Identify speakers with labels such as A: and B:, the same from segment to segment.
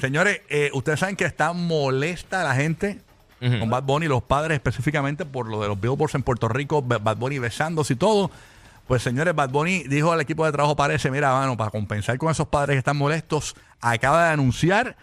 A: Señores, eh, ustedes saben que está molesta la gente con Bad Bunny, los padres específicamente por lo de los billboards en Puerto Rico, B- Bad Bunny besándose y todo. Pues señores, Bad Bunny dijo al equipo de trabajo, parece, mira, mano, para compensar con esos padres que están molestos, acaba de anunciar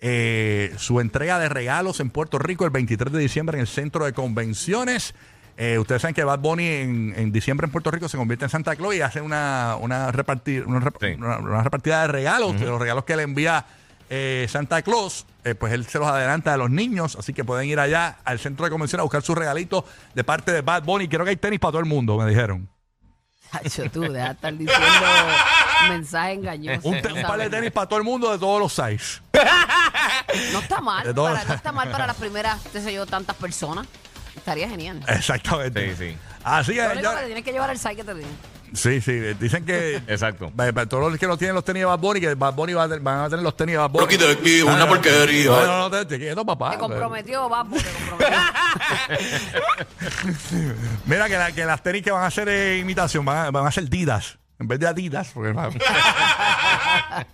A: eh, su entrega de regalos en Puerto Rico el 23 de diciembre en el centro de convenciones. Eh, ustedes saben que Bad Bunny en, en diciembre en Puerto Rico se convierte en Santa Claus y hace una, una, repartir, una, rep-
B: Sí.
A: una- una repartida de regalos, de los regalos que le envía eh, Santa Claus, eh, pues él se los adelanta a los niños, así que pueden ir allá al centro de convenciones a buscar sus regalitos de parte de Bad Bunny. Creo que hay tenis para todo el mundo, me dijeron.
C: Tacho, tú, deja de estar diciendo mensajes engañosos.
A: Un, te-
C: no
A: un par de
C: sabes.
A: tenis para todo el mundo de todos los sizes.
C: No está mal,
A: de todos.
C: para, no está mal para las primeras, qué sé yo, tantas personas. Estaría genial.
A: Exactamente.
B: Sí, sí.
A: Así es,
C: Lo único que
A: señores.
C: tienes que llevar el site que te den.
A: Sí, sí, eh, dicen que.
B: Exacto.
A: Para, todos los que no tienen los tenis de Bad Bunny, que Bad Bunny va a tener- van a tener los tenis de Bad Bunny.
D: Rocky de aquí, una porquería.
A: Ah, No, no, no, te, te quieto, papá.
C: Te comprometió, Babu, te comprometió.
A: Mira que, la- que las tenis que van a hacer eh, imitación van a, van a ser Didas. En vez de Adidas, porque más, más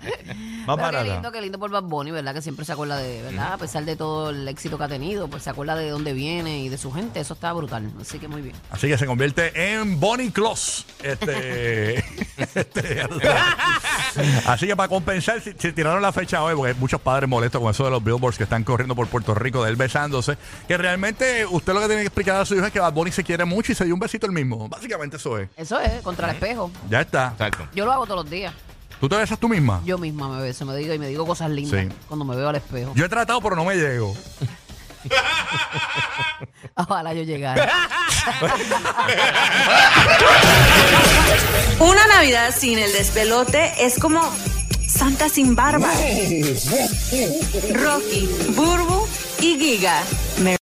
C: Pero qué
A: barata.
C: lindo, qué lindo por Bad Bunny, ¿verdad? Que siempre se acuerda de, ¿verdad? A pesar de todo el éxito que ha tenido, pues se acuerda de dónde viene y de su gente. Eso está brutal. Así que muy bien.
A: Así que se convierte en Bonnie Claus. Este, este, ya tú sabes. así que para compensar, si, si tiraron la fecha hoy, porque hay muchos padres molestos con eso de los billboards que están corriendo por Puerto Rico, de él besándose, que realmente usted lo que tiene que explicar a su hijo es que Bad Bunny se quiere mucho y se dio un besito el mismo. Básicamente eso es.
C: Eso es, contra el espejo.
A: Ya está.
B: Exacto.
C: Yo lo hago todos los días.
A: ¿Tú te besas tú misma?
C: Yo misma me beso, me digo y me digo cosas lindas
A: Sí.
C: cuando me veo al espejo.
A: Yo he tratado, pero no me llego.
C: Ojalá yo llegara.
E: Una Navidad sin el despelote es como Santa sin barba. Rocky, Burbu y Giga.